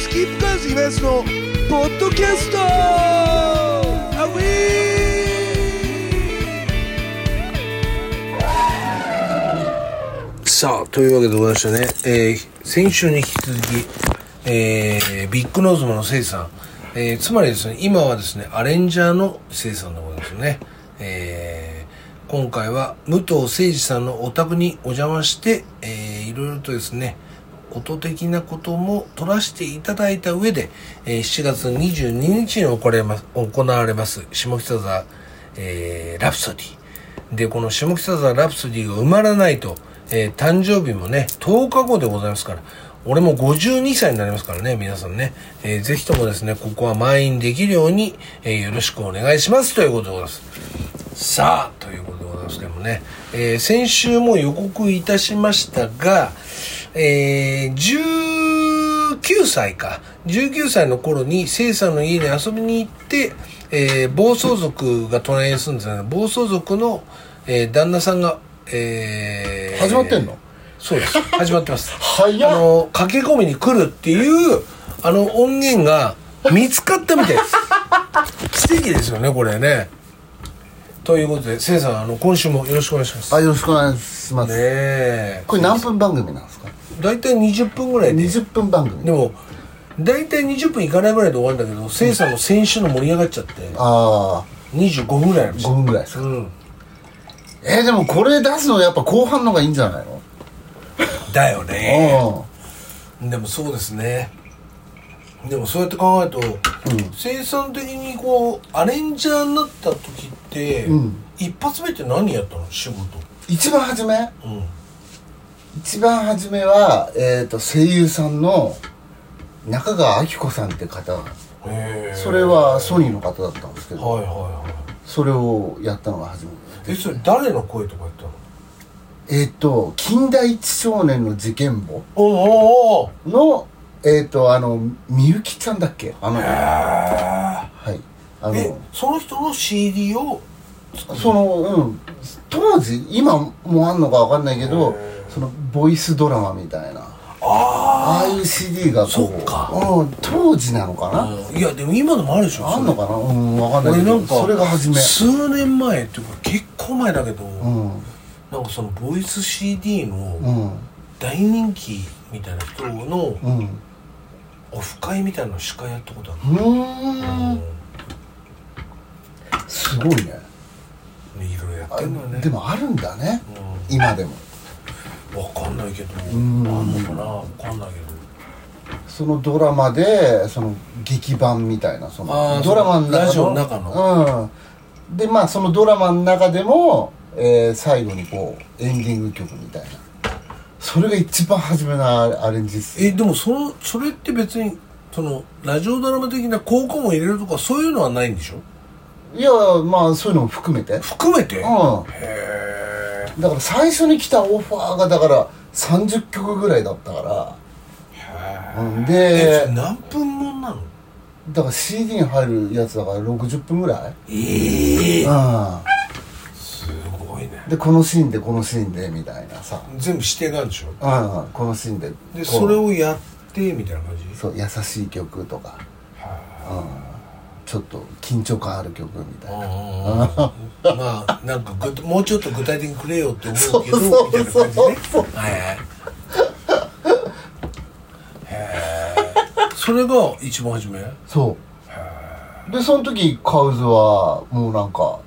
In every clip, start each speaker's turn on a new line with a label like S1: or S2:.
S1: スキップカーズイベントのポッドキャストアウさあというわけでございましてね、えー先週に引き続き、えービッグノーズマの生産、えーつまりですね今はですねアレンジャーの生産でございますね、えー今回は武藤誠司さんのお宅にお邪魔して、えーいろいろとですね音的なことも取らせていただいた上で、えー7月22日に行われます行われます下北沢、えーラプソディでこの下北沢ラプソディが埋まらないと、えー誕生日もね10日後でございますから俺も52歳になりますからね皆さんね、えーぜひともですねここは満員できるように、えーよろしくお願いしますということでございますさあということでございますけどもね、えー先週も予告いたしましたが、えー19歳か19歳の頃に聖さんの家に遊びに行って、えー暴走族が隣に住んでたので暴走族の、えー旦那さんが、えー
S2: 始まってんの
S1: そうです始まってます
S2: 早っ
S1: あの駆け込みに来るっていうあの音源が見つかったみたいです奇跡ですよねこれねということでせいさんあの今週もよろしくお願いします、
S2: あよろしくお願いします、
S1: ねえ
S2: これ何分番組なんですか
S1: 大体20分ぐらいで
S2: 20分番組
S1: でも大体20分いかないぐらいで終わるんだけどせいさんの先週の盛り上がっちゃって
S2: ああ
S1: 25分ぐらいありまし
S2: 5
S1: た
S2: 分ぐらいですか
S1: うん
S2: えー、でもこれ出すのやっぱ後半の方がいいんじゃないの
S1: だよね
S2: あ
S1: でもそうですねでもそうやって考えると、生産的にこうアレンジャーになった時って、
S2: うん
S1: 一発目って何やったの仕事
S2: ー一番初め
S1: うん
S2: 一番初めは、えー、と声優さんの中川明子さんって方
S1: へえ
S2: それはソニーの方だったんですけど
S1: はいはいは
S2: それをやったのが初め
S1: いえそれ誰の声とかやったの
S2: てえっ、と近代一少年の事件簿
S1: おおお
S2: のえっ、とあのみゆきちゃんだっけあの
S1: へえ
S2: はいあ
S1: え
S2: の
S1: その人の CD を
S2: そのうん当時今もあんのかわかんないけどそのボイスドラマみたいな
S1: あ
S2: ああいう CD がこう
S1: そっか
S2: うん、当時なのかな、
S1: あいやでも今でもあるでしょ
S2: あんのかなうんわかん
S1: それ
S2: ない
S1: 俺な
S2: けど
S1: んか
S2: それが初め
S1: 数年前っていうか結構前だけど、
S2: うん
S1: なんかそのボイス CD の
S2: うん
S1: 大人気みたいな人の
S2: うん
S1: オフ会みたいなの司会やったことある
S2: うーんすごいね
S1: ねいろいろやっ
S2: あ
S1: てんのよね
S2: でもあるんだね
S1: う
S2: 今でも
S1: ん、わかんないけどあん
S2: ん
S1: のかなわかんないけど
S2: そのドラマでその劇版みたいなそ
S1: あ
S2: の
S1: ー
S2: ドラマの中の
S1: ラジオの中
S2: うん、でまあそのドラマの中でも、えー最後にこうエンディング曲みたいなそれが一番初めのアレンジっす
S1: えでもそのそれって別にそのラジオドラマ的な効果も入れるとかそういうのはないんでしょ
S2: いやまあそういうのも含めてうん
S1: 含めて、へえ
S2: だから最初に来たオファーがだから30曲ぐらいだったから、うん、
S1: えそ
S2: で
S1: れ何分もんなの
S2: だから CD に入るやつだから60分ぐらい、
S1: ええ
S2: うん
S1: すごいね
S2: でこのシーンでこのシーンでみたいなさ
S1: 全部指定があるでしょ
S2: うんこのシーンで
S1: で
S2: こう
S1: それをやってみたいな感じ
S2: そう優しい曲とか、うん、ちょっと緊張感ある曲みたいな
S1: まあなんかぐもうちょっと具体的にくれよって思うけど
S2: そう
S1: みたいな
S2: そう
S1: 感じね
S2: そう
S1: はいはいへえそれが一番初め
S2: そうでその時カウズはもうなんか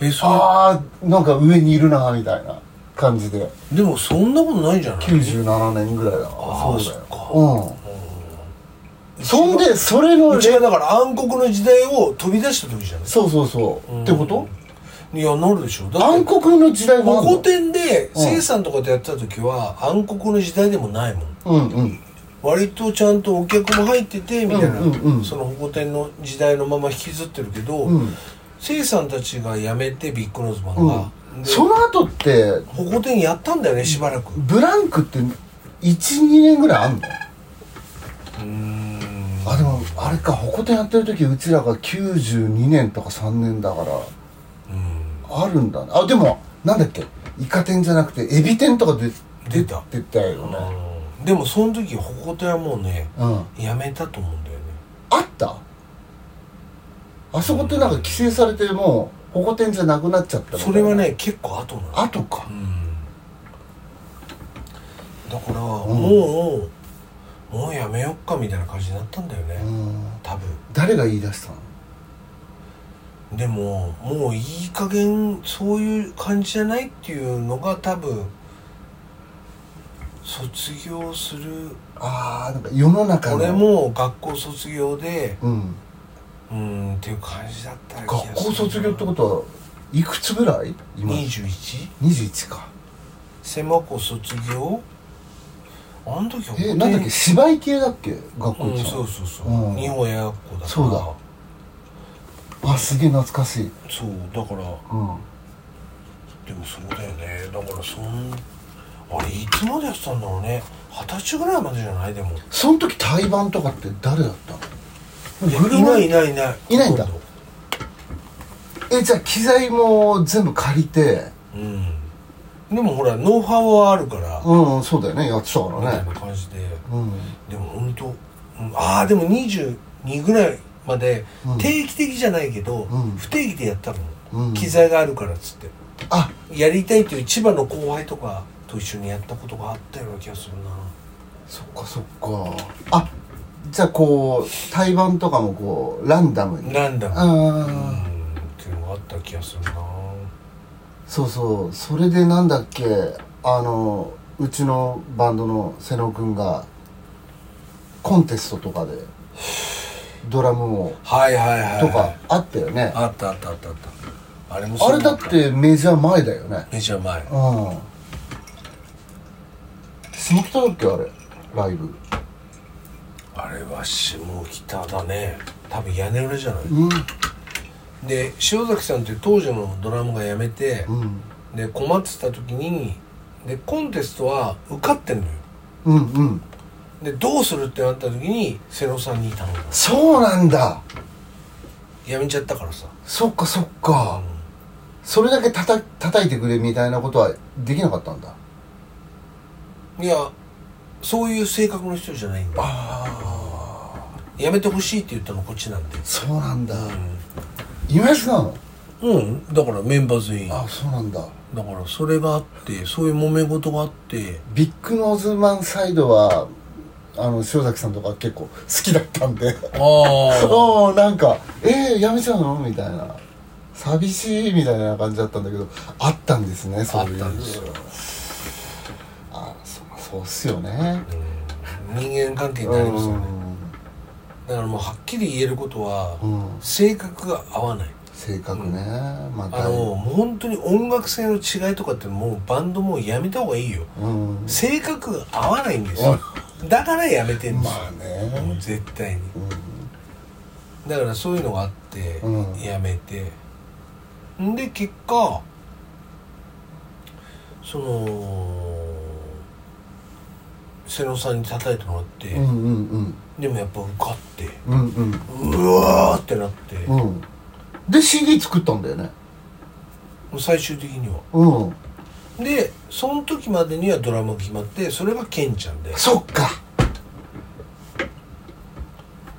S1: えそ
S2: ああなんか上にいるなみたいな感じで
S1: れでもそんなことないんじゃない
S2: 97年ぐらいだ
S1: あ
S2: か
S1: ー
S2: らそうだよ
S1: そ
S2: うんそんでそれの
S1: うちがだから暗黒の時代を飛び出した時じゃな
S2: そうそうそうってこと
S1: いいやなるでしょだって
S2: 暗黒の時代もあんの
S1: 古典で
S2: うん
S1: 生さんとかでやってた時は暗黒の時代でもないもん
S2: うんうん
S1: 割とちゃんとお客も入っててみたいな、
S2: うんうんうん
S1: その保護店の時代のまま引きずってるけど、
S2: うん
S1: せいさんたちが辞めてビッグノーズマンが、
S2: うん
S1: で
S2: その後って
S1: 保護店やったんだよねしばらく
S2: ブランクって12年ぐらいあんの
S1: うん
S2: あでもあれかホコ天やってる時うちらが92年とか3年だからあるんだねあでもなんだっけイカ天じゃなくてエビ天とかで
S1: 出た
S2: 出てたよね
S1: でもその時ホコ天はもうね
S2: うん
S1: やめたと思うんだよね
S2: あったあそこってなんか規制されてもう保護店じゃなくなっちゃったみたい
S1: そ
S2: な
S1: れはね結構後なの
S2: あとか
S1: うんだから、
S2: ん
S1: もうもうやめよっかみたいな感じになったんだよね、
S2: うん
S1: 多分
S2: 誰が言い出したの
S1: でももういい加減そういう感じじゃないっていうのが多分卒業する
S2: あーなんか世の中の
S1: 俺も学校卒業で
S2: うん
S1: うんっていう感じだった
S2: 学校卒業ってこととはいくつぐらい今
S1: 21?
S2: 21か
S1: 狭子卒業あの時
S2: えなんだっけ芝居系だっけ学校
S1: う
S2: 行っ
S1: ん、
S2: てた
S1: そ
S2: の
S1: うそうそう、
S2: うん
S1: 日本映画学校だから
S2: そうだあすげえ懐かしい
S1: そうだから
S2: うん
S1: でもそうだよねだからそんあれいつまでやってたんだろうね二十歳ぐらいまでじゃないでも
S2: その時対バンとかって誰だったの
S1: いやいないいないいない
S2: いないんだえじゃあ機材も全部借りて
S1: うんでもほらノウハウはあるから、
S2: うんそうだよねやってたか
S1: みた
S2: ら
S1: い
S2: ね
S1: な感じで
S2: うん
S1: でも本当、うん、ああでも22ぐらいまで
S2: うん
S1: 定期的じゃないけど、
S2: うん
S1: 不定期でやったの、
S2: うん
S1: 機材があるからっつって
S2: あ
S1: やりたいという千葉の後輩とかと一緒にやったことがあったような気がするな
S2: そっかそっかあじゃあこう対バンとかもこうランダムに
S1: なんだろううん
S2: ああ
S1: っていうのがあった気がするな
S2: そうそうそれでなんだっけあのうちのバンドの瀬野くんがコンテストとかでドラムを
S1: はいはいはいはい
S2: とかあったよね
S1: あったあったあったあったあれも
S2: あ
S1: そう
S2: れだってメジャー前だよね
S1: めちゃ前
S2: うん下北だっけあれライブ
S1: あれは下北だね多分屋根裏じゃない、
S2: うん
S1: で塩崎さんっていう当時のドラムが辞めて、
S2: うん
S1: で困ってた時にでコンテストは受かってんのよ
S2: うんうん
S1: でどうするってなった時に瀬野さんに頼んだ
S2: そうなんだ
S1: 辞めちゃったからさ
S2: そっかそっかそれだけたた叩いてくれみたいなことはできなかったんだ
S1: いやそういう性格の人じゃないんだやめてほしいって言ったのこっちなんで
S2: そうなんだ今安なの
S1: うんだからメンバー全員
S2: あそうなんだ
S1: だからそれがあってそういう揉め事があって
S2: ビッグノーズマンサイドはあの塩崎さんとか結構好きだったんで
S1: ああ
S2: おーなんか「えー、やめちゃうの?」みたいな寂しいみたいな感じだったんだけどあったんですねそういう
S1: あったんですよ
S2: あそそうっすよね
S1: 人間関係に
S2: う
S1: なりますよ
S2: ん
S1: ねだからもうはっきり言えることは
S2: うん
S1: 性格が合わない
S2: 性格ね、まあ
S1: あのもう本当に音楽性の違いとかってもうバンドもうやめた方がいいよ
S2: うん
S1: 性格が合わないんですよだからやめてんですよ
S2: まあ
S1: もう
S2: ね
S1: 絶対に
S2: う
S1: だからそういうのがあって、
S2: うん
S1: やめてんで結果その瀬野さんに叩いてもらって、
S2: んうんうん
S1: でもやっぱ受かって
S2: うんうん
S1: うわーってなって、
S2: う
S1: も
S2: んで CD 作ったんだよね
S1: う最終的には
S2: うん
S1: でその時までにはドラマが決まってそれがケンちゃんで
S2: そっか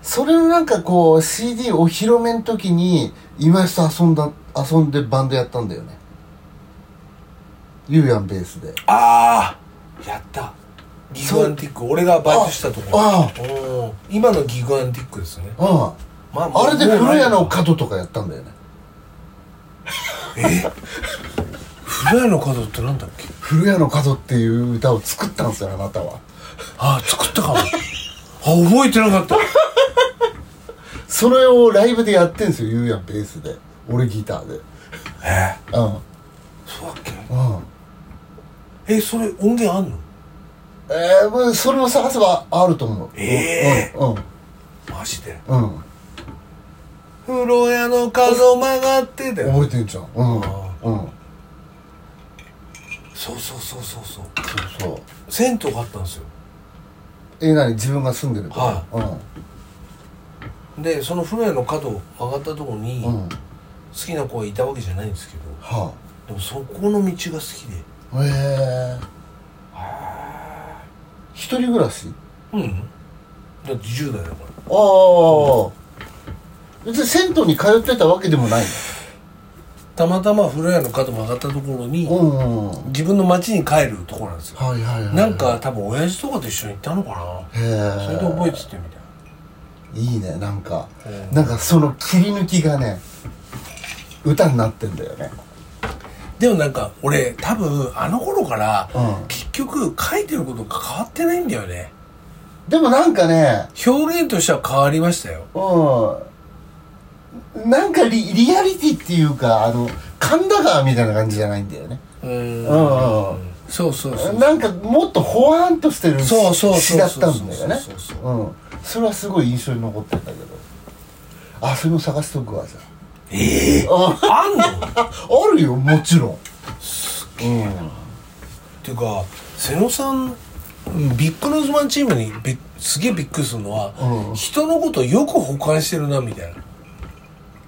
S2: それのなんかこう CD お披露目の時に今井さん遊んだ遊んでバンドやったんだよねゆうやんベースで
S1: ああやったギグアンティック俺がバイトしたとこ
S2: あ
S1: うん今のギグアンティックですね、
S2: あうん
S1: まあ
S2: あれで古谷の
S1: 角
S2: 角とかやったんだよね
S1: 古谷の角ってなんだっけ
S2: 古谷の角っていう歌を作ったんですよあなたは
S1: あ作ったかもあ覚えてなかった
S2: それをライブでやってんですよゆうやんベースで俺ギターで
S1: え
S2: うん
S1: そうだっ
S2: うん
S1: けえそれ音源あんの
S2: えーまあ、それも探せばあると思う
S1: え
S2: うん
S1: マジで
S2: うん、うん、
S1: 風呂屋の角曲がってだよ
S2: 覚えてんじゃんうんうん
S1: あ
S2: そう
S1: そうそうそうそうそう
S2: そう
S1: 銭湯があったんですよ
S2: え何自分が住んでるとこ
S1: は
S2: は
S1: でその風呂屋の角を曲がったとこに
S2: うん、うん
S1: 好、きな子がいたわけじゃないんですけど
S2: は
S1: でもそこの道が好きで
S2: あへえ一人暮らし
S1: うんだって10代だか
S2: ああ、別に銭湯に通ってたわけでもない
S1: らたまたま風呂屋の角曲がったところに、
S2: のうん、うん、は
S1: 自分の町に帰るところなんですよ、
S2: いはいはい
S1: なんか多分親父とかと一緒に行ったのか
S2: へ
S1: な、それ
S2: え
S1: で覚えててみたい
S2: いいねなんか、
S1: うん
S2: なんかその切り抜きがね歌になってんだよね
S1: なでもなんか俺多分あの頃から、
S2: うん
S1: 結局書いてることが変わってないんだよね
S2: でもなんかね
S1: 表現としては変わりましたよ
S2: うんなんかリリアリティっていうかあの神田川みたいな感じじゃないんだよね
S1: うーん
S2: うん
S1: そうそうそう
S2: なんかもっとほわんとしてる
S1: そうそうそう
S2: 詩だったんだよね
S1: そうそうそ
S2: うんそれはすごい印象に残ってんだけどあそれも探しとくわじゃ
S1: ええ
S2: あ
S1: あんの
S2: ああるよもちろんうん
S1: っていうか瀬野さんうんビッグノーズマンチームにびっすげえびっくりするのは、
S2: うん
S1: 人のことよく保管してるなみたいな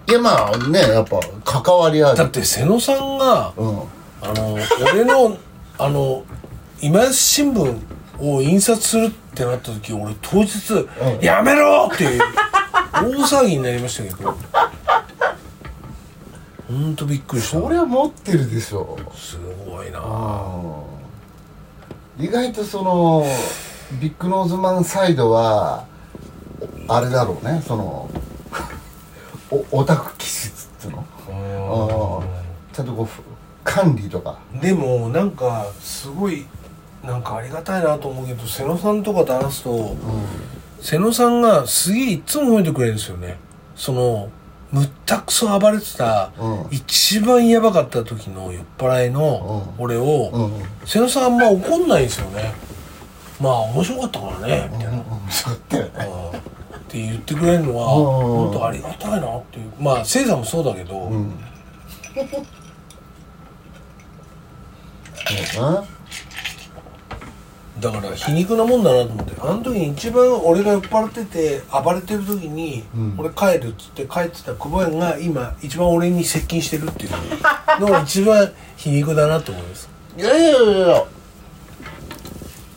S1: い
S2: やまあねやっぱ関わりある
S1: だって瀬野さんが
S2: うん
S1: あの俺の あの今井新聞を印刷するってなった時俺当日「
S2: ん
S1: やめろ!」っていう大騒ぎになりましたけどほんとびっくりした
S2: それは持ってるでしょ
S1: すごいな
S2: うん意外とそのビッグノーズマンサイドはあれだろうねそのおオタク気質っていうのうんちゃんとこうふ管理とか
S1: でもなんかすごいなんかありがたいなと思うけど瀬野さんとかと話すと瀬野さんがすげえいつも褒めてくれるんですよねそのむったくそ暴れてた、
S2: うん
S1: 一番やばかった時の酔っ払いの
S2: うん
S1: 俺を、
S2: うんうん
S1: 瀬野さんあんま怒んないんですよねまあ面白かったからねみたいな、
S2: そうだよね
S1: うんって言ってくれるのは
S2: うん
S1: 本当ありがたいなっていうまあせいさんもそうだけど、
S2: うんそうだな
S1: だから皮肉なもんだなと思ってあの時に一番俺が酔っ払ってて暴れてる時に、
S2: うん
S1: 俺帰るっつって帰ってた久保園が今一番俺に接近してるっていうのが一番皮肉だなと思います
S2: いやいやいやいや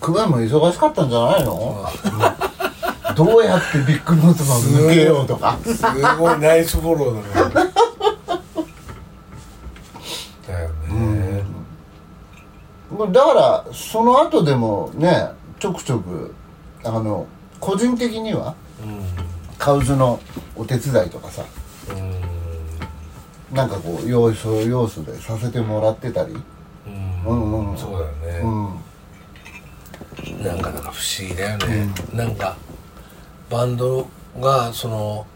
S2: 久我も忙しかったんじゃないの、うんどうやってビッグノートマン抜けようとか
S1: すごいナイスフォロー だねだよね
S2: まあだからその後でもねちょくちょくあの個人的にはカウズのお手伝いとかさ
S1: うん
S2: なんかこう要所要所でさせてもらってたり
S1: うん
S2: う
S1: うん
S2: んうん
S1: そうだよね、
S2: うん
S1: なんかなんか不思議だよね、なんかバンドがその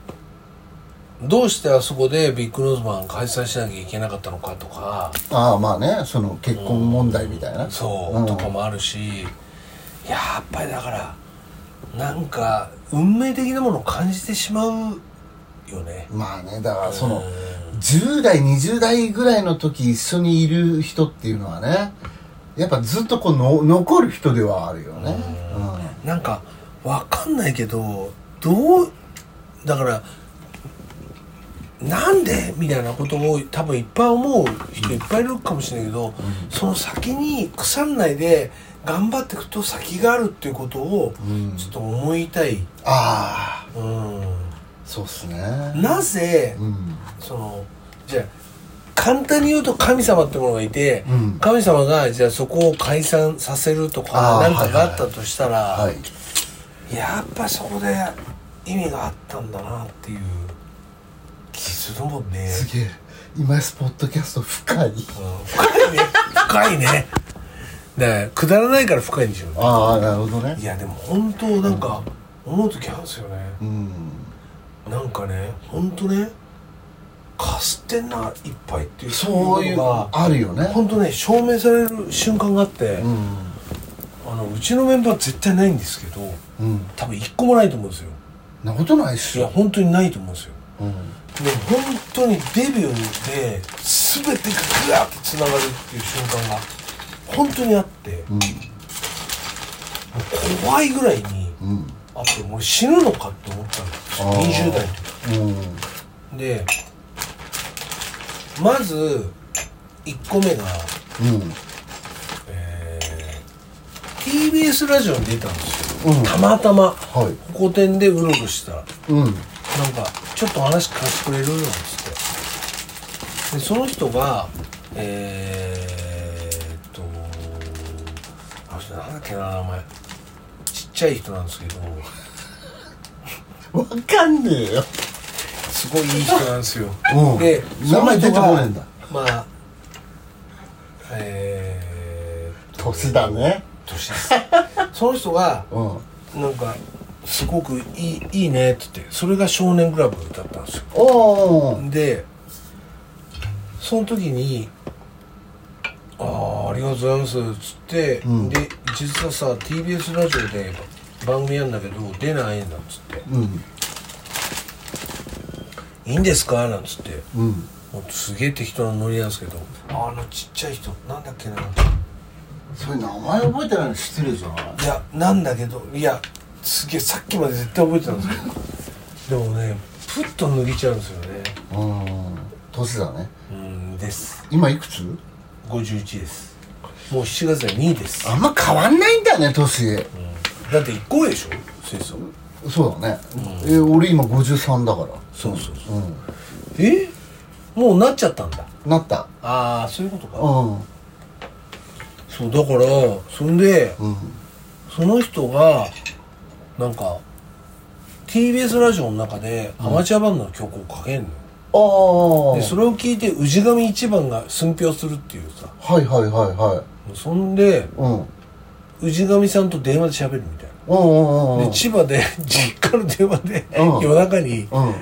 S1: どうしてあそこでビッグノーズマン開催しなきゃいけなかったのかとか
S2: ああまあねその結婚問題みたいな
S1: そう、
S2: うん
S1: とかもあるしやっぱりだからなんか運命的なものを感じてしまうよね
S2: まあねだからその10代20代ぐらいの時一緒にいる人っていうのはねやっぱずっとこうの残る人ではあるよね
S1: なんかわかんないけどどうだからなんでみたいなことを多分いっぱい思う人いっぱいいるかもしれないけど、その先に腐んないで頑張っていくと先があるっていうことを
S2: うん、うん
S1: ちょっと思いたい、
S2: ああ
S1: う
S2: そうっすね
S1: ん、なぜ
S2: うん
S1: そのじゃあ簡単に言うと神様ってものがいて、
S2: うん
S1: 神様がじゃあそこを解散させるとか
S2: あー
S1: 何かがあったとしたら、
S2: はい
S1: やっぱそこで意味があったんだなっていう気するもんね
S2: すげえ今スポットキャスト深い
S1: うん深いね深いねだからくだらないから深いんでしょうね
S2: ああなるほどね
S1: いやでも本当なんか思う時あるんですよね
S2: うん
S1: なんかね本当ねかすってんな一杯っていう
S2: そういう
S1: の
S2: の
S1: が
S2: あるよね
S1: 本当ね証明される瞬間があって、
S2: う
S1: うんあのうちのメンバー絶対ないんですけど
S2: うん
S1: 多分一個もないと思うんですよ
S2: なことないっす
S1: いや
S2: よ、
S1: 本当にないと思うんですよ
S2: うん、
S1: もう本当にデビューで全てがグワッとつながるっていう瞬間が本当にあって、もう怖いぐらいに、
S2: ん
S1: あって俺死ぬのかって思ったんですよ
S2: あー
S1: 20代の
S2: うん
S1: 時でまず1個目が、
S2: うん
S1: え TBS ラジオに出たんですよ、
S2: うん
S1: たまたま「
S2: はい
S1: 古典」でブログしたらなん
S2: うん
S1: か「ちょっと話貸してくれる?」なんつってでその人がえー、っとあの人なんだっけな名前ちっちゃい人なんですけど
S2: わかんねえよ
S1: すごいいい人なんですよ
S2: うん
S1: で
S2: 名前出てこねえんだ
S1: その人がまあえーっと
S2: 年だね
S1: 年 ですその人が
S2: うん
S1: なんかすごくいいいいねって言ってそれが「少年クラブ」だったんですよ
S2: おお
S1: でその時に「ああありがとうございます」っつって、
S2: うん
S1: で実はさ TBS ラジオで番組やんだけど出ないんだっつって
S2: うん
S1: 「いいんですか?」なんつって
S2: うん
S1: もうすげえ適当なノリなんですけどあのちっちゃい人なんだっけな
S2: それ名前覚えてないの失礼じゃない
S1: いやなんだけどいやすげえさっきまで絶対覚えてたんです けどでもねプッと脱ぎちゃうんですよね
S2: うん年だね
S1: うんです
S2: 今いくつ
S1: 51ですもう7月で2位です
S2: あんま変わんないんだよね年
S1: だって1個上でしょ先生
S2: そうだね、え俺今53だから
S1: そうそうそううんえもうなっちゃったんだ
S2: なった
S1: ああそういうことか
S2: うん
S1: そうだからそんで
S2: うん
S1: その人がなんか TBS ラジオの中でアマチュアバンドの曲をかけんのよ、
S2: ああは
S1: で
S2: い
S1: それを聞いて氏神一番が寸評するっていうさ
S2: はいはいは
S1: そんで
S2: いうん
S1: 氏神さんと電話で喋るみたい
S2: うんうんうんう
S1: な、
S2: ん
S1: で千葉で実家の電話で、
S2: うん
S1: 夜中に
S2: うん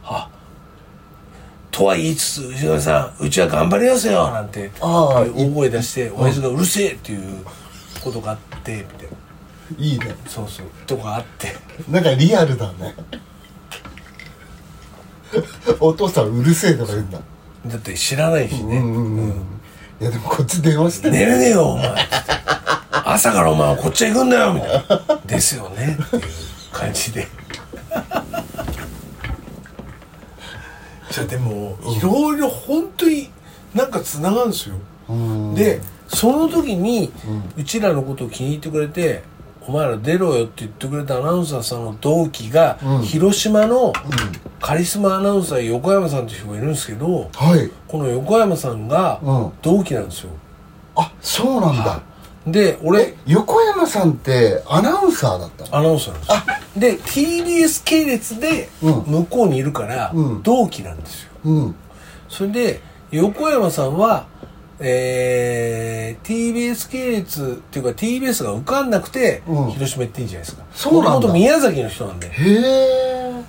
S1: 「とは言いつつ氏神さんうちは頑張りますよ」なんて
S2: ああ
S1: 大声出して親父が「うるせえ!」っていうことがあってみたいない
S2: いね
S1: そうそうとかあって
S2: なんかリアルだね お父さんうるせえとか言うんだ
S1: だって知らないし
S2: う
S1: ね「
S2: んうんうんいやでもこっち電話して
S1: 寝れねえよお前」朝からお前はこっちへ行くんだよ」みたいな「ですよね」っていう感じで。じゃあでもいろいろ本当になんかつながるんですよ。
S2: うん
S1: でその時に、うちらのことを気に入ってくれて「お前ら出ろよ」って言ってくれたアナウンサーさんの同期が、
S2: うん
S1: 広島のカリスマアナウンサー横山さんという人がいるんですけど
S2: はい
S1: この横山さんが
S2: うん
S1: 同期なんですよ。
S2: あそうなんだ
S1: で俺
S2: え横山さんってアナウンサーだったの
S1: アナウンサーなんですよ。で TBS 系列で
S2: うん
S1: 向こうにいるから、
S2: うん
S1: 同期なんですよ。
S2: うん
S1: それで横山さんは、えー、TBS 系列っていうか TBS が受かんなくて、
S2: うん
S1: 広島行ってんじゃないですか
S2: そうなんだ
S1: もともと宮崎の人なんで
S2: へえ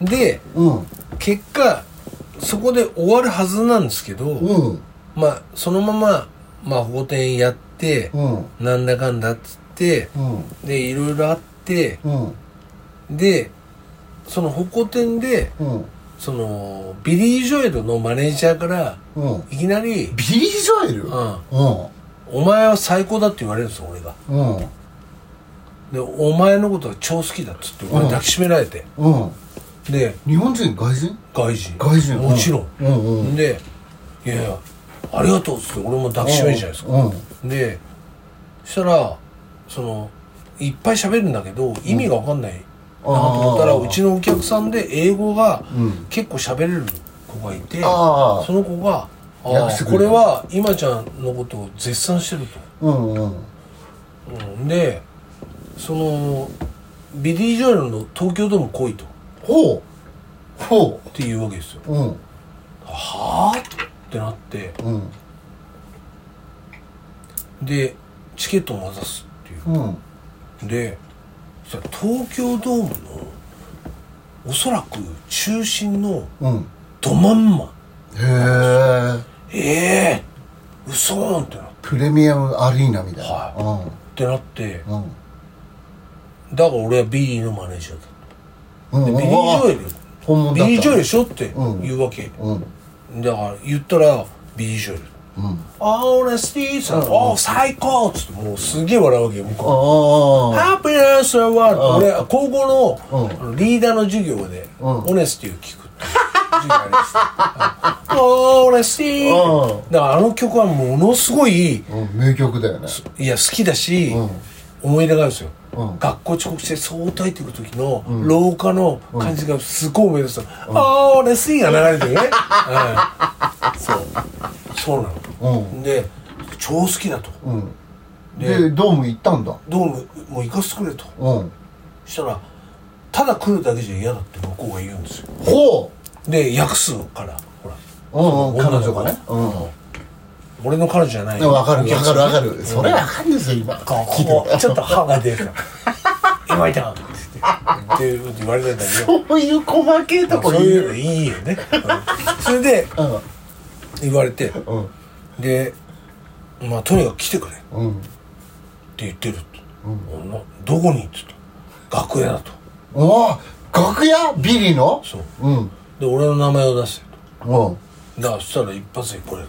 S1: で
S2: うん
S1: 結果そこで終わるはずなんですけど、
S2: うん
S1: まあそのまままあ法典やって、
S2: うん
S1: なんだかんだっつって
S2: うん
S1: でいろいろあって
S2: うん
S1: でその保護店で
S2: うん
S1: そのビリー・ジョエルのマネージャーから
S2: うん
S1: いきなり
S2: ビリー・ジョエル
S1: うん
S2: う
S1: お前は最高だって言われるんですよ俺が
S2: んうん
S1: でお前のことが超好きだっつって俺
S2: うん
S1: 抱きしめられて、
S2: うん
S1: で
S2: 日本人外人
S1: 外人
S2: 外人
S1: もちろん、
S2: うんうんうん
S1: でいやいやありがとうっつって俺も抱きしめるじゃないですか、
S2: うん
S1: でそしたらそのいっぱい喋るんだけど意味が分かんないなと思ったら
S2: あー
S1: うちのお客さんで英語が
S2: うん
S1: 結構喋れる子がいて、
S2: あー
S1: その子が「あ
S2: 訳して
S1: ー
S2: くれ
S1: こ
S2: た
S1: れは今ちゃんのことを絶賛してる」と。
S2: うんうん
S1: うん、でそのビリー・ジョエルの「東京ドーム来い」とっ
S2: ほうほ
S1: ていうわけですよ
S2: ううん
S1: はあってなって
S2: うん
S1: でチケットを渡すっていう
S2: うん
S1: でそしたら東京ドームのおそらく中心の
S2: うん
S1: ど真ん真
S2: へえ
S1: ええー、嘘ーんってなっ
S2: プレミアムアリーナみたいな、
S1: はてなって
S2: うんうん
S1: だから俺はビリーのマネージャーだ
S2: うん
S1: で
S2: うん
S1: ビリー・ジョエル
S2: 本物
S1: ビ
S2: だった
S1: リー・ジョエルでしょって
S2: うん
S1: 言うわけ、
S2: うん
S1: だから言ったらビリー・ジョエル
S2: うん
S1: あー俺スティーさん、おー最高っつってもうすげえ笑うわけよ向こう
S2: ああ
S1: ハッピーネスワールド
S2: うん
S1: 俺高校の,、
S2: うん
S1: あのリーダーの授業で、
S2: うん
S1: オネスティを聞くっていうがありま した。オーレシー
S2: う
S1: だからあの曲はものすごい、
S2: うん、名曲だよね
S1: いや、好きだし、
S2: うん
S1: 思い出があるんですよ。
S2: うん
S1: 学校遅刻して相対ってくる時の廊下の感じがすごい思い出すた、オーレシーが流れてる ね、うんそうそうな
S2: うん
S1: ので超好きだと
S2: うん
S1: で
S2: でドーム行ったんだ
S1: どうももう行かせてくれと
S2: うん
S1: したらただ来るだけじゃ嫌だって向こうが言うんですよ
S2: ほ
S1: で訳すからほら
S2: ううんう
S1: そ
S2: ん彼
S1: の
S2: 女がねうん
S1: 俺の彼女じゃない
S2: でも分かる分かる分かるそれ
S1: は
S2: 分かるんですよ今
S1: こうこうちょっと歯が出るから今いたって言ってって言われたんだけど
S2: そういう細けいとこ
S1: そう
S2: 言
S1: いう
S2: う
S1: のいいよね、うんそれで言われて
S2: うん
S1: でまあとにかく来てくれって
S2: うんうん
S1: 言ってると、などこにって言った楽屋だと
S2: おー楽屋ビリの
S1: そう
S2: うんうん
S1: で俺の名前を出せ
S2: うん
S1: とだからそしたら一発でこれ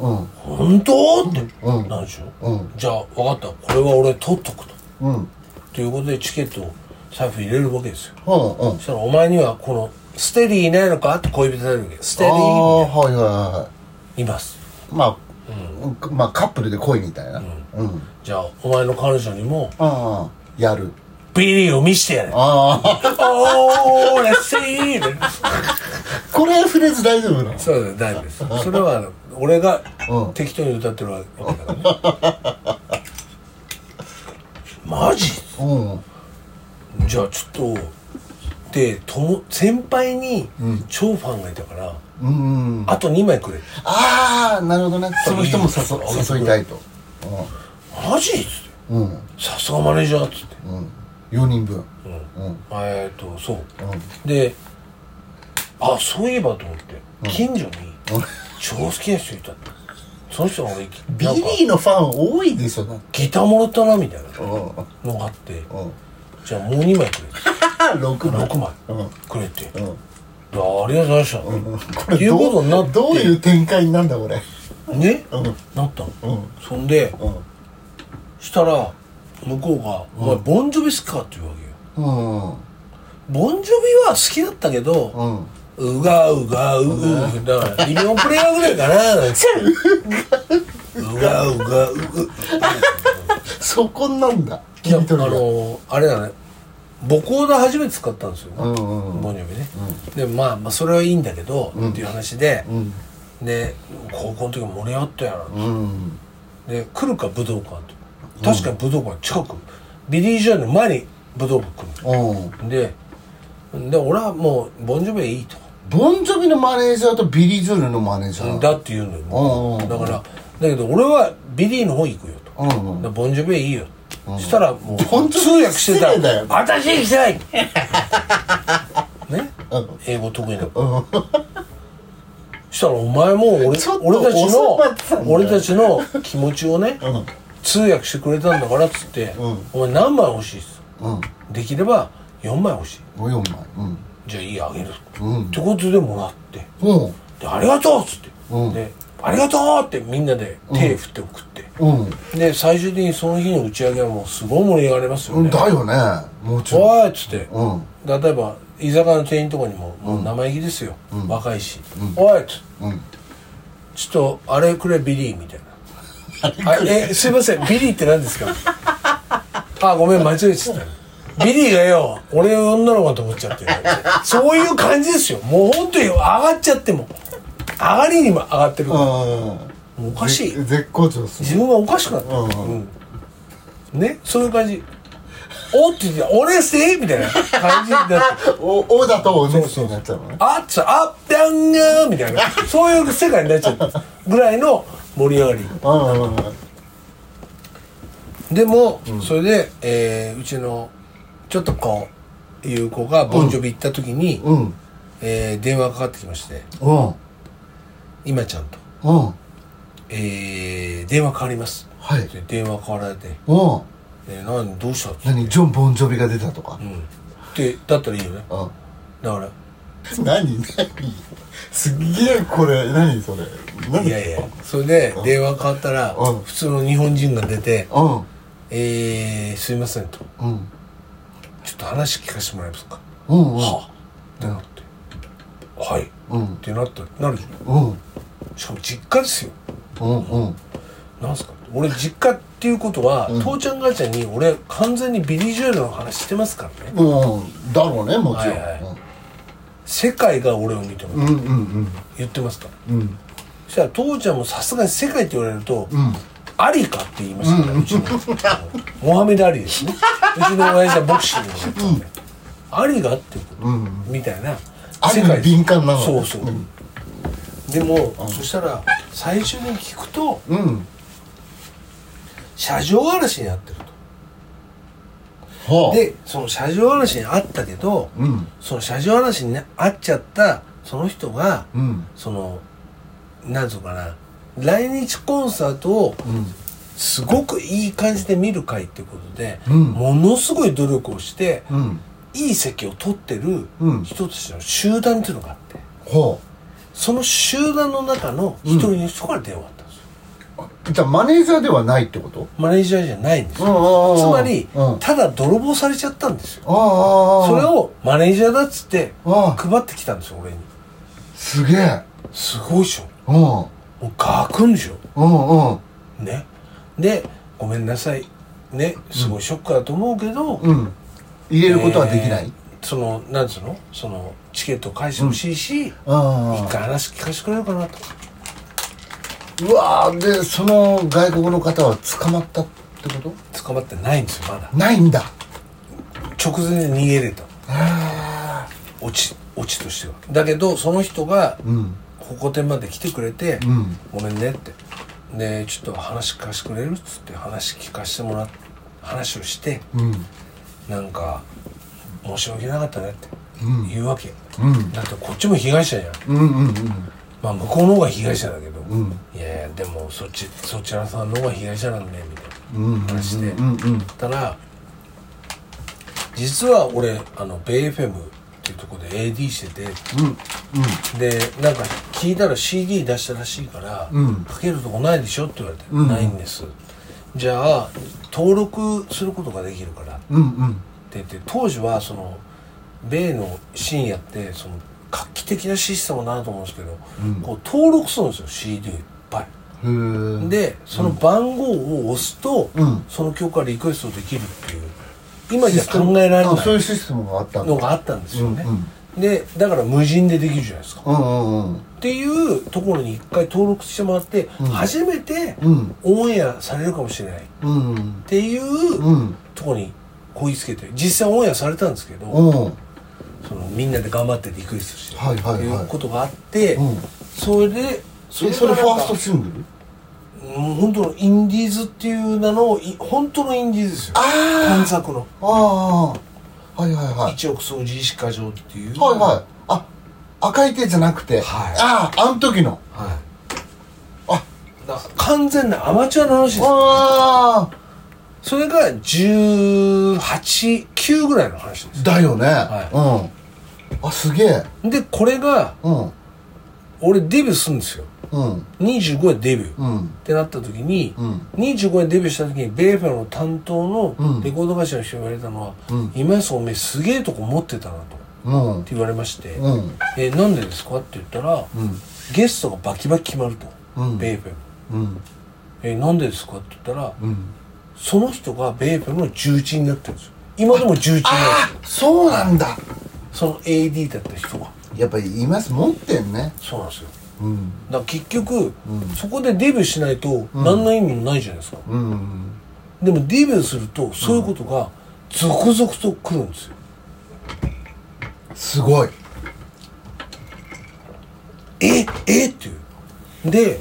S2: うん
S1: 本当って、
S2: うん
S1: なんでしょう、
S2: うん
S1: じゃあ分かったこれは俺取っとくと
S2: うん
S1: ということでチケットを財布入れるわけですよ
S2: うん
S1: そしたらお前にはこのステリーいないのかって恋人だるわけス
S2: あ
S1: テリ
S2: あ
S1: ー
S2: はいはいはい
S1: ます
S2: いまあまあカップルで恋みたいなうん
S1: じゃあお前の彼女にも
S2: ああやる
S1: ビリーを見してやれ
S2: ああ
S1: おーレッシー
S2: これフレーズ大丈夫なの
S1: そうです大丈夫ですそれはあの俺が
S2: うん
S1: 適当に歌ってるわけだからねマジ
S2: うん
S1: じゃあちょっとでとも先輩に超ファンがいたから、
S2: うんうん
S1: あと2枚くれ
S2: ああなるほどねその人も
S1: そういう
S2: 誘誘いたいと
S1: マジっつって
S2: うんうん
S1: さすがマネージャーっつって
S2: うん4人分
S1: うん
S2: うん
S1: えーっとそう
S2: うん
S1: であそういえばと思って近所に超好きな人いたってその人が俺
S2: ビ
S1: なん
S2: リ
S1: か
S2: ーのファン多いでしょだって
S1: ギターもらったなみたいな
S2: うんうん
S1: のがあって
S2: うん
S1: じゃあもう2枚くれ
S2: 6
S1: 6
S2: 番
S1: 枚
S2: うん
S1: くれて、
S2: うん
S1: でありがとうございました、
S2: これ
S1: っていうことにな
S2: ど
S1: っ
S2: う
S1: て
S2: どういう展開になんだこれ
S1: ね、
S2: うんうん
S1: なったの、
S2: うん
S1: そんで
S2: うん
S1: したら向こうが「お前ボンジョビ好きか?」って言うわけよ
S2: うん
S1: ボンジョビは好きだったけど
S2: うん
S1: うがうがううだからリオンプレイヤーぐらいかななんてうがうがうう
S2: そこなんだ
S1: いやあ
S2: 切り取りが
S1: のあれだね母校で初めて使ったんですよ、
S2: うんうん
S1: ボンジョビね、でまあまあそれはいいんだけど、っていう話で、
S2: うん
S1: で高校の時盛り上がったやろ、
S2: うん
S1: で来るか武道館と確かに武道館近く、ビリー・ジョイの前に武道館来
S2: うん
S1: るでで俺はもうボンジョビはいいと、
S2: ボンジョビのマネージャーとビリー・ジョルのマネージャー
S1: だって言うのよ、
S2: うんうん
S1: だからだけど俺はビリーの方行くよと、
S2: うんうん
S1: でボンジョビはいいよ、そしたらもう
S2: ボンジョビ
S1: 通訳してた
S2: 失礼だよ
S1: ら「私行き たい! 」ね
S2: うん
S1: 英語得意なのしたらお前も俺
S2: ちょっと
S1: 俺たちの
S2: 遅かったんだよ
S1: 俺たちの気持ちをね、
S2: うん
S1: 通訳してくれたんだからっつって、
S2: うん
S1: お前何枚欲しいっす
S2: うん
S1: できれば4枚欲しい
S2: お4枚うん
S1: じゃあいいよあげる、
S2: うん
S1: ってことでもらって
S2: うん
S1: でありがとうっつって、
S2: うん
S1: でありがとうってみんなで手振って送って、
S2: うん
S1: で最終的にその日の打ち上げはもうすごい盛り上がりますよ
S2: うん
S1: ね、
S2: だよねもちろん
S1: おいっつって、
S2: うん
S1: 例えば居酒屋の店員とかにも「もう生意気ですよ、若いし、おい」っつって
S2: うん
S1: ちょっとあれくれビリーみたいな。 あえすいませんビリーって何 ですか。あごめん間違えちゃった。ビリーがよ俺を女の子だと思っちゃってる。そういう感じですよ。もう本当に上がっちゃっても上がりにも上がってる。も
S2: あ
S1: うおかしい。
S2: 絶好調っすね
S1: 自分がおかしくなった。うんねそういう感じ。おって言って俺せいみたいな感じになって。
S2: おおだとおねしになっちゃうのね
S1: あっつあっぴゃんがーみたいなそういう世界になっちゃったぐらいの盛り上がり。
S2: うんうん
S1: でも、それで、えーうちのちょっとこういう子がボンジョビ行った時に、
S2: うんうん
S1: えー電話かかってきまして
S2: うん
S1: 「今ちゃんと、
S2: うん
S1: えー電話変わります」
S2: はい
S1: って電話変わられて
S2: うん
S1: 「えー何どうした?」って、
S2: 何ジョン・ボンジョビが出たとか
S1: うん、ってだったらいいよね
S2: うん
S1: だから
S2: 何何すっげえこれ何それ
S1: い
S2: 何
S1: やいやそれで電話変わったら、
S2: うん
S1: 普通の日本人が出て
S2: うん
S1: 「えー、すいません」と
S2: うん
S1: 「ちょっと話聞かせてもらえますか?」
S2: うんうん
S1: はあってなって「はい」
S2: うん
S1: てなったなるじゃ
S2: うん
S1: んしかも実家ですよ
S2: うんうん
S1: なんすか俺実家っていうことは、父ちゃん母ちゃんに俺完全にビリー・ジュエルの話してますからね
S2: うんだろうねもち
S1: は
S2: ろん、
S1: いは世界が俺を見ても
S2: うんうん
S1: 言ってますから
S2: うんうん
S1: そしたら父ちゃんもさすがに世界って言われると、
S2: うん
S1: アリかって言いましたから、うちのモハメド・アリですねうちの親父はボクシングをやってたんで、アリがってこと、
S2: うん
S1: みたいな
S2: アリに敏感なのね
S1: そうそう、
S2: うん
S1: でも、そしたら最初に聞くと
S2: うん
S1: 車上荒らしにあってると
S2: はあ
S1: でその車上荒らしにあったけど、
S2: うん
S1: その車上荒らしにね会っちゃったその人が、
S2: うん
S1: そのなんぞかな来日コンサートを
S2: うん
S1: すごくいい感じで見る会っていうことで、
S2: うん
S1: ものすごい努力をして、
S2: うん
S1: いい席を取ってる
S2: うん
S1: 人たちの集団っていうのがあって
S2: は
S1: その集団の中の一人の人から電話あったんですよ、
S2: あじゃあマネージャーではないってこと
S1: マネージャーじゃないんですよ、
S2: つ
S1: つまり、
S2: うん、あ
S1: ただ泥棒されちゃったんですよ
S2: あああ
S1: それをマネージャーだっつって
S2: ああ
S1: 配ってきたんですよ俺に
S2: すげえ
S1: すごいっしょ
S2: うんうん
S1: もうガクンでしょ
S2: うん
S1: ねでごめんなさいねすごいショックだと思うけど、
S2: うん入れることはできない、
S1: えーそのなんつうのそのチケット返してほしいし、一
S2: あ
S1: 回話聞かせてくれるかなと
S2: あうわーでその外国の方は捕まったってこと
S1: 捕まってないんですよまだ
S2: ないんだ
S1: 直前で逃げれた
S2: ああ
S1: オチオチとしてはだけどその人が
S2: うん
S1: ここ店まで来てくれて
S2: う、ん
S1: ごめんねってでちょっと話聞かせてくれるっつって話聞かせてもらっ話をして
S2: うん
S1: なんか申し訳なかったねって
S2: うん
S1: 言うわけ、
S2: うん
S1: だってこっちも被害者じゃん
S2: うんうん
S1: まあ向こうの方が被害者だけど、
S2: うん
S1: いやいやでもそっちそちらさんの方が被害者なんでみたいな
S2: うんうん
S1: 話して、
S2: うんうん
S1: たら実は俺あの BFM っていうところで AD して
S2: うん
S1: てでなんか聞いたら CD 出したらしいから、
S2: うん
S1: かけるとこないでしょって言われて、
S2: うん
S1: ないんですじゃあ登録することができるからって
S2: うんうん
S1: 言って当時はその米の深夜ってその画期的なシステムだなと思うんですけど、
S2: うん
S1: こう登録するんですよ CD いっぱい。
S2: うんへえ
S1: でその番号を押すと、
S2: うん
S1: その曲からリクエストできるっていう今じゃ考えられな
S2: あそういう
S1: い
S2: システムがあったんだ
S1: のがあったんですよね、
S2: うんうん
S1: でだから無人でできるじゃないですか、
S2: うんうんうん
S1: っていうところに一回登録してもらって、
S2: うん
S1: 初めて
S2: うん
S1: オンエアされるかもしれないっ
S2: うん
S1: ていう
S2: うん
S1: ところにこぎつけて実際オンエアされたんですけど、
S2: うん
S1: そのみんなで頑張ってリクエストして、
S2: はいはいはい
S1: っていうことがあって、
S2: うん
S1: それでそ
S2: えそれ
S1: が
S2: フ
S1: な
S2: ァ
S1: ん
S2: ー
S1: か
S2: ストシングル
S1: うん本当のインディーズっていう名のい本当のインディーズですよ
S2: あ
S1: 探索の
S2: あああはいはいはい
S1: 一億総自意識過剰っていう
S2: はいはいあ赤い手じゃなく
S1: は
S2: て、
S1: い
S2: あああの時 の
S1: はい
S2: あ
S1: だから完全なアマチュアの話です
S2: ああ
S1: それが189ぐらいの話です
S2: だよね、
S1: は
S2: うんあすげえ
S1: でこれが
S2: うん
S1: 俺デビューするんですよ
S2: うん
S1: 25でデビューっ
S2: うん
S1: てなった時に、
S2: うん
S1: 25でデビューした時にベーフェの担当
S2: う
S1: の
S2: ん
S1: レコード会社の人に言われたのは「
S2: うん
S1: 今やさんおめえすげえとこ持ってたな」とっ
S2: うん
S1: て言われまして「
S2: うん
S1: えなんでですか?」って言ったら、
S2: うん
S1: ゲストがバキバキ決まると、
S2: うん
S1: ベーフェム
S2: うん
S1: えなんでですかって言ったら、
S2: うん
S1: その人がベーフェムの重鎮になってるんですよ今でも重鎮なん
S2: あ
S1: ですよ
S2: あそうなんだ
S1: その AD だった人が
S2: やっぱり言います持ってんね
S1: そうなんですよ
S2: うん
S1: だから結局、
S2: うん
S1: そこでデビューしないと何の意味もないじゃないですか、
S2: うん
S1: でもデビューするとそういうことが続々と来るんですよ
S2: すごい
S1: ええっていうで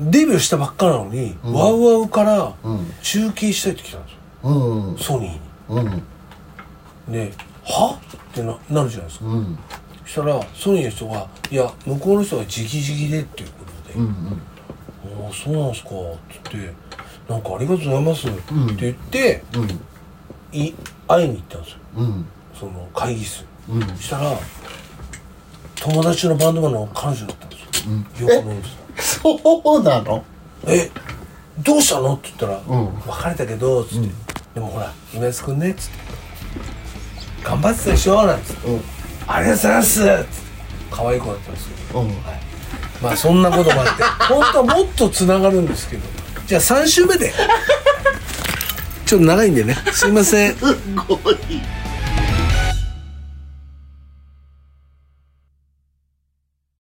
S1: デビューしたばっかなのに、ワウワウから
S2: うん
S1: 中継したいって来たんですよ
S2: うん
S1: ソニーに
S2: うん
S1: ではってななるじゃないですか
S2: うん
S1: そしたらソニーの人が「いや向こうの人が直々で」っていうことで「
S2: うん
S1: ああそうなんすか」っつって「なんかありがとうございます」って言って、
S2: うん
S1: い会いに行ったんですよ
S2: うん
S1: その会議室
S2: うん
S1: そしたら友達のバンドマンの彼女だったんですよ、よく飲んでた
S2: そうなの
S1: えどうしたのって言ったら「
S2: うん
S1: 別れたけど」つって、でもほら今安くんね」っつって「頑張ってたでしょ」なんつって「ありがとうございます」つって可愛い子だったんですけど、
S2: うん
S1: はい、まあそんなこともあって本当はもっとつながるんですけどじゃあ3週目でちょっと長いんでねすいません
S2: すごい